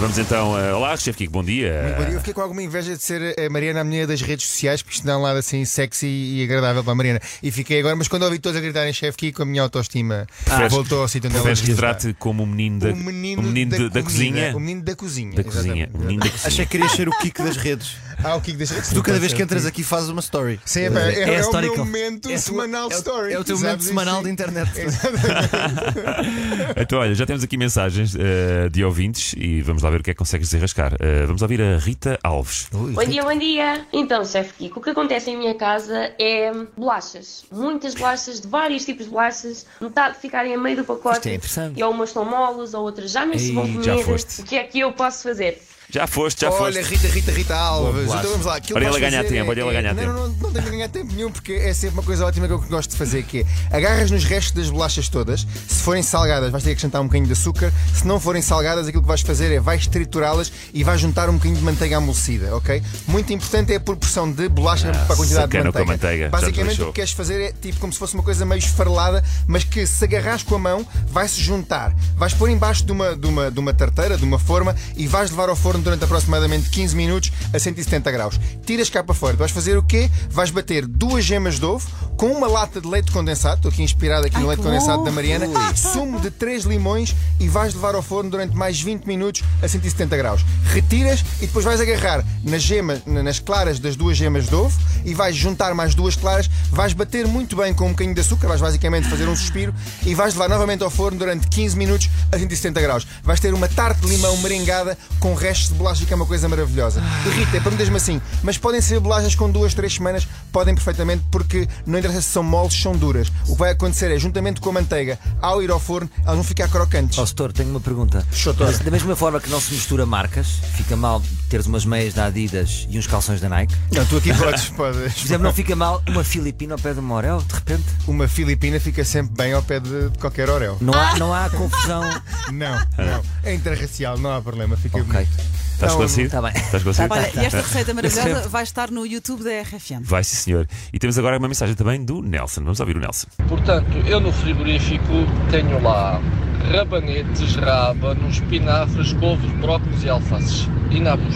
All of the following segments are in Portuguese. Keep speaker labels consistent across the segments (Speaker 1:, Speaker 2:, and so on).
Speaker 1: Vamos então. eh, Olá, chefe Kiko, bom dia.
Speaker 2: Maria, eu fiquei com alguma inveja de ser a Mariana a menina das redes sociais, porque isto dá um lado assim sexy e agradável para a Mariana. E fiquei agora, mas quando ouvi todos a gritarem chefe Kiko, a minha autoestima voltou ao sítio onde ela
Speaker 1: Preferes que te
Speaker 2: está.
Speaker 1: trate como o menino Ah. da,
Speaker 2: O Um menino,
Speaker 1: o menino de- da, cozinha?
Speaker 2: O menino da cozinha.
Speaker 1: Da cozinha.
Speaker 2: exatamente.
Speaker 1: O menino da cozinha.
Speaker 3: Achei que querias ser o Kiko das redes.
Speaker 2: Ah, o Kiko das redes
Speaker 3: Tu, cada
Speaker 2: pode
Speaker 3: vez
Speaker 2: ser
Speaker 3: que
Speaker 2: o
Speaker 3: entras
Speaker 2: Kiko.
Speaker 3: aqui, fazes uma story.
Speaker 2: Sim, é, pá, é, é, o meu
Speaker 3: histórico.
Speaker 2: momento
Speaker 3: É a tua-
Speaker 2: semanal
Speaker 3: é o-
Speaker 2: story.
Speaker 3: É o teu
Speaker 2: Tu
Speaker 3: momento
Speaker 2: sabes
Speaker 3: semanal
Speaker 2: isso?
Speaker 3: de internet.
Speaker 1: Então, olha, já temos aqui mensagens eh, de ouvintes e vamos lá ver o que é que consegues desenrascar. Eh, vamos ouvir a Rita Alves.
Speaker 4: Bom dia, bom dia! Então, chefe Kiko, o que acontece em minha casa é bolachas. Muitas bolachas, de vários tipos de bolachas, metade ficarem a meio do pacote.
Speaker 3: Isto é interessante.
Speaker 4: E algumas estão moles, ou outras já não se vão
Speaker 1: já
Speaker 4: comer.
Speaker 1: foste.
Speaker 4: O que é que eu posso fazer?
Speaker 1: Já foste, já
Speaker 2: Olha,
Speaker 1: foste.
Speaker 2: Rita, Rita, Rita Alves. Então vamos lá. Aquilo
Speaker 1: Olha ele
Speaker 2: que vais
Speaker 1: a ganhar
Speaker 2: fazer
Speaker 1: tempo, olha ele a
Speaker 2: é-
Speaker 1: ganhar
Speaker 2: não,
Speaker 1: tempo.
Speaker 2: Não, não, não tenho que ganhar tempo nenhum, porque é sempre uma coisa ótima que eu gosto de fazer, que é agarras nos restos das bolachas todas, se forem salgadas vais ter que acrescentar um bocadinho de açúcar, se não forem salgadas aquilo que vais fazer é vais triturá-las e vais juntar um bocadinho de manteiga amolecida, ok? Muito importante é a proporção de bolacha para a quantidade de
Speaker 1: sacana com a
Speaker 2: manteiga.
Speaker 1: manteiga, já nos
Speaker 2: Basicamente
Speaker 1: lixou.
Speaker 2: o que queres fazer é tipo como se fosse uma coisa meio esfarelada, mas que se agarras com a mão vai-se juntar. Vais pôr embaixo de uma, de, uma, de uma tarteira, de uma forma, e vais levar ao forno durante aproximadamente 15 minutos a 170 graus. Tiras cá para fora. Vais fazer o quê? Vais bater duas gemas de ovo com uma lata de leite condensado, estou aqui inspirado aqui no leite condensado da Mariana, sumo de 3 limões e vais levar ao forno durante mais 20 minutos a 170 graus. Retiras e depois vais agarrar na gema, na- nas claras das duas gemas de ovo e vais juntar mais duas claras, vais bater muito bem com um bocadinho de açúcar, vais basicamente fazer um suspiro e vais levar novamente ao forno durante 15 minutos a 170 graus. Vais ter uma tarte de limão merengada com restos de bolacha, que é uma coisa maravilhosa. E Rita, perguntas-me assim, mas podem ser bolachas com duas, três semanas? Podem perfeitamente, porque não interessa se são moles, são duras. O que vai acontecer é, juntamente com a manteiga, ao ir ao forno, elas vão ficar crocantes.
Speaker 5: Ó, Setor, tenho uma pergunta.
Speaker 2: Setor.
Speaker 5: Mas Da mesma forma que não se mistura marcas, fica mal teres umas meias da Adidas e uns calções da Nike.
Speaker 2: Não, tu aqui podes, podes.
Speaker 5: Por exemplo, não fica mal uma filipina ao pé de uma Orel, de repente?
Speaker 2: Uma filipina fica sempre bem ao pé de de qualquer orel.
Speaker 5: Não há, não há confusão.
Speaker 2: Não, não. É interracial, não há problema. Fica
Speaker 5: ok,
Speaker 2: bonito.
Speaker 1: Estás
Speaker 2: Então,
Speaker 1: esclarecido?
Speaker 5: está Tá bem.
Speaker 1: Estás esclarecido?
Speaker 6: Olha, e esta receita maravilhosa
Speaker 5: Receita.
Speaker 6: vai estar no YouTube da RFM.
Speaker 1: Vai, sim, senhor. E temos agora uma mensagem também do Nelson. Vamos ouvir o Nelson.
Speaker 7: Portanto, eu no frigorífico tenho lá rabanetes, rábanos, espinafres, couves, brócolis e alfaces. E nabos.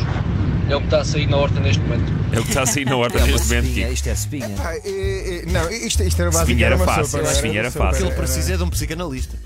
Speaker 7: É o que está a sair na horta neste momento.
Speaker 1: É o que está a sair na horta
Speaker 5: É uma
Speaker 1: neste momento,
Speaker 5: espinha,
Speaker 1: Kiko.
Speaker 5: isto é espinha.
Speaker 2: Ah, eh, eh, não, isto, isto era básico.
Speaker 1: vinha era
Speaker 2: uma
Speaker 1: fácil,
Speaker 2: sopa, não
Speaker 1: se
Speaker 2: era
Speaker 1: vinha
Speaker 2: Uma
Speaker 1: era
Speaker 2: sopa,
Speaker 1: fácil.
Speaker 3: Ele
Speaker 2: é.
Speaker 3: precisa de um psicanalista.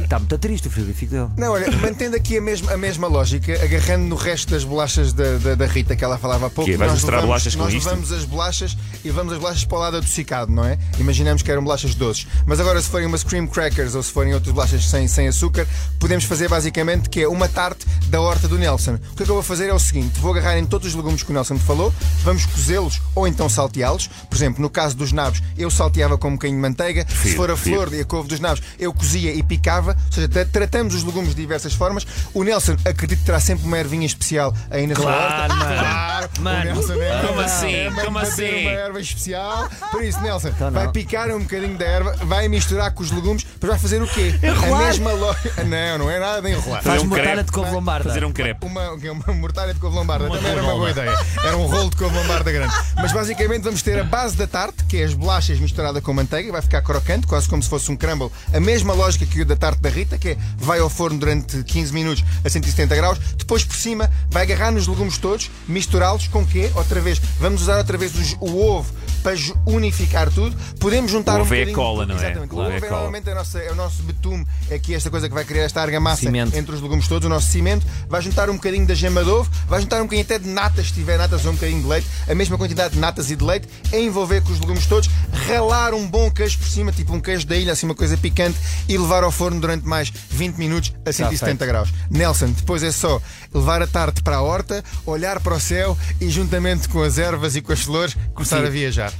Speaker 5: Está muito triste o frigorífico dele.
Speaker 2: Não, olha, mantendo aqui a mesma, a mesma lógica, agarrando no resto das bolachas da, da, da Rita que ela falava há pouco.
Speaker 1: Quê? é, Vais
Speaker 2: nós
Speaker 1: misturar
Speaker 2: levamos,
Speaker 1: bolachas com
Speaker 2: nós
Speaker 1: isto?
Speaker 2: levamos as bolachas e levamos as bolachas para o lado adocicado, não é? Imaginamos que eram bolachas doces. Mas agora, se forem umas cream crackers ou se forem outras bolachas sem, sem açúcar, podemos fazer basicamente que é uma tarte da horta do Nelson. O que é que eu vou fazer é o seguinte: vou agarrar em todos os legumes que o Nelson falou, vamos cozê-los ou então salteá-los. Por exemplo, no caso dos nabos, eu salteava com um bocadinho de manteiga. se
Speaker 1: Prefiro,
Speaker 2: for a
Speaker 1: prefiro.
Speaker 2: flor, e a couve dos nabos, eu cozia e picava, ou seja, tra- tratamos os legumes de diversas formas. O Nelson, acredito que terá sempre uma ervinha especial aí na sua horta.
Speaker 1: Claro, mano.
Speaker 2: O Nelson é,
Speaker 1: Como assim?
Speaker 2: é bem
Speaker 1: Como
Speaker 2: bater
Speaker 1: assim?
Speaker 2: uma erva especial. Por isso, Nelson,
Speaker 5: não.
Speaker 2: vai picar um bocadinho da erva, vai misturar com os legumes, depois vai fazer o quê? A mesma lógica. Não, não é nada de enrolar.
Speaker 1: Fazer
Speaker 5: Faz
Speaker 1: um
Speaker 5: mortalha
Speaker 1: crepe.
Speaker 5: de couve lombarda.
Speaker 1: Fazer um crepe.
Speaker 2: Uma, o quê? uma mortalha de couve lombarda também era uma boa ideia. Era um rolo de couve lombarda grande. Mas basicamente vamos ter a base da tarte, que é as bolachas misturada com manteiga, vai ficar crocante, quase como se fosse um crumble. A mesma lógica que o da tarte da Rita, que é vai ao forno durante 15 minutos a 170 graus. Depois por cima vai agarrar nos legumes todos, misturá-los com quê? Outra vez. Vamos usar outra vez os- o ovo para ju- unificar tudo. Podemos juntar
Speaker 1: O
Speaker 2: um
Speaker 1: ovo é
Speaker 2: bocadinho...
Speaker 1: cola, não é?
Speaker 2: Exatamente.
Speaker 1: Claro,
Speaker 2: o
Speaker 1: é
Speaker 2: ovo é,
Speaker 1: cola.
Speaker 2: normalmente a nossa- é o nosso betume, é aqui esta coisa que vai criar esta argamassa
Speaker 5: Cimento.
Speaker 2: entre os legumes todos, o nosso cimento, vai juntar um bocadinho da gema de ovo, vai juntar um bocadinho até de natas, se tiver natas ou um bocadinho de leite, a mesma quantidade de natas e de leite, envolver com os legumes todos, ralar um bom queijo por cima, tipo um queijo da ilha, assim uma coisa picante, e levar ao forno durante mais 20 minutos a 170 graus. Nelson, depois é só levar a tarte para a horta, olhar para o céu e juntamente com as ervas e com as flores, começar a viajar.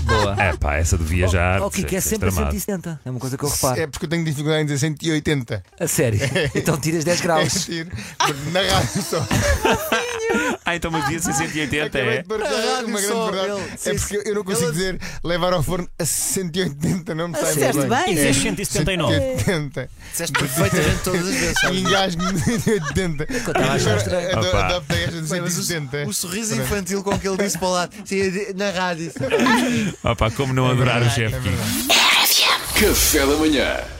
Speaker 5: Boa.
Speaker 1: É pá, essa de viajar.
Speaker 5: O Ah. Kiko é sempre a
Speaker 1: tramado.
Speaker 5: 170. É uma coisa que eu reparo.
Speaker 2: É porque eu tenho dificuldade em dizer 180.
Speaker 5: A sério. Então tiras 10
Speaker 2: É
Speaker 5: graus.
Speaker 2: tiro, na rádio só.
Speaker 1: Ah, então, mas dia 680
Speaker 2: Acabei
Speaker 1: é.
Speaker 2: de baralhar
Speaker 3: Na rádio
Speaker 2: uma grande
Speaker 3: só
Speaker 2: verdade.
Speaker 3: ele.
Speaker 2: É
Speaker 3: Sim,
Speaker 2: porque eu não
Speaker 3: sim.
Speaker 2: consigo
Speaker 3: Ela-
Speaker 2: dizer levar ao forno a 180, não me sai
Speaker 6: Disseste
Speaker 2: muito
Speaker 6: bem.
Speaker 2: É,
Speaker 8: 679.
Speaker 2: 180.
Speaker 3: Disseste perfeitamente todas as vezes.
Speaker 2: E
Speaker 3: sabes?
Speaker 2: engasgo-me de 80.
Speaker 5: estava a achar
Speaker 2: Agora
Speaker 5: estranho.
Speaker 2: ado-
Speaker 1: Opa.
Speaker 2: Adoptei esta de
Speaker 3: Mas o,
Speaker 2: 180.
Speaker 3: o sorriso infantil com que ele disse para o lado, sim, na rádio.
Speaker 1: Opa, como não adorar o chefe
Speaker 2: É verdade.
Speaker 1: Kiko.
Speaker 9: Café da manhã.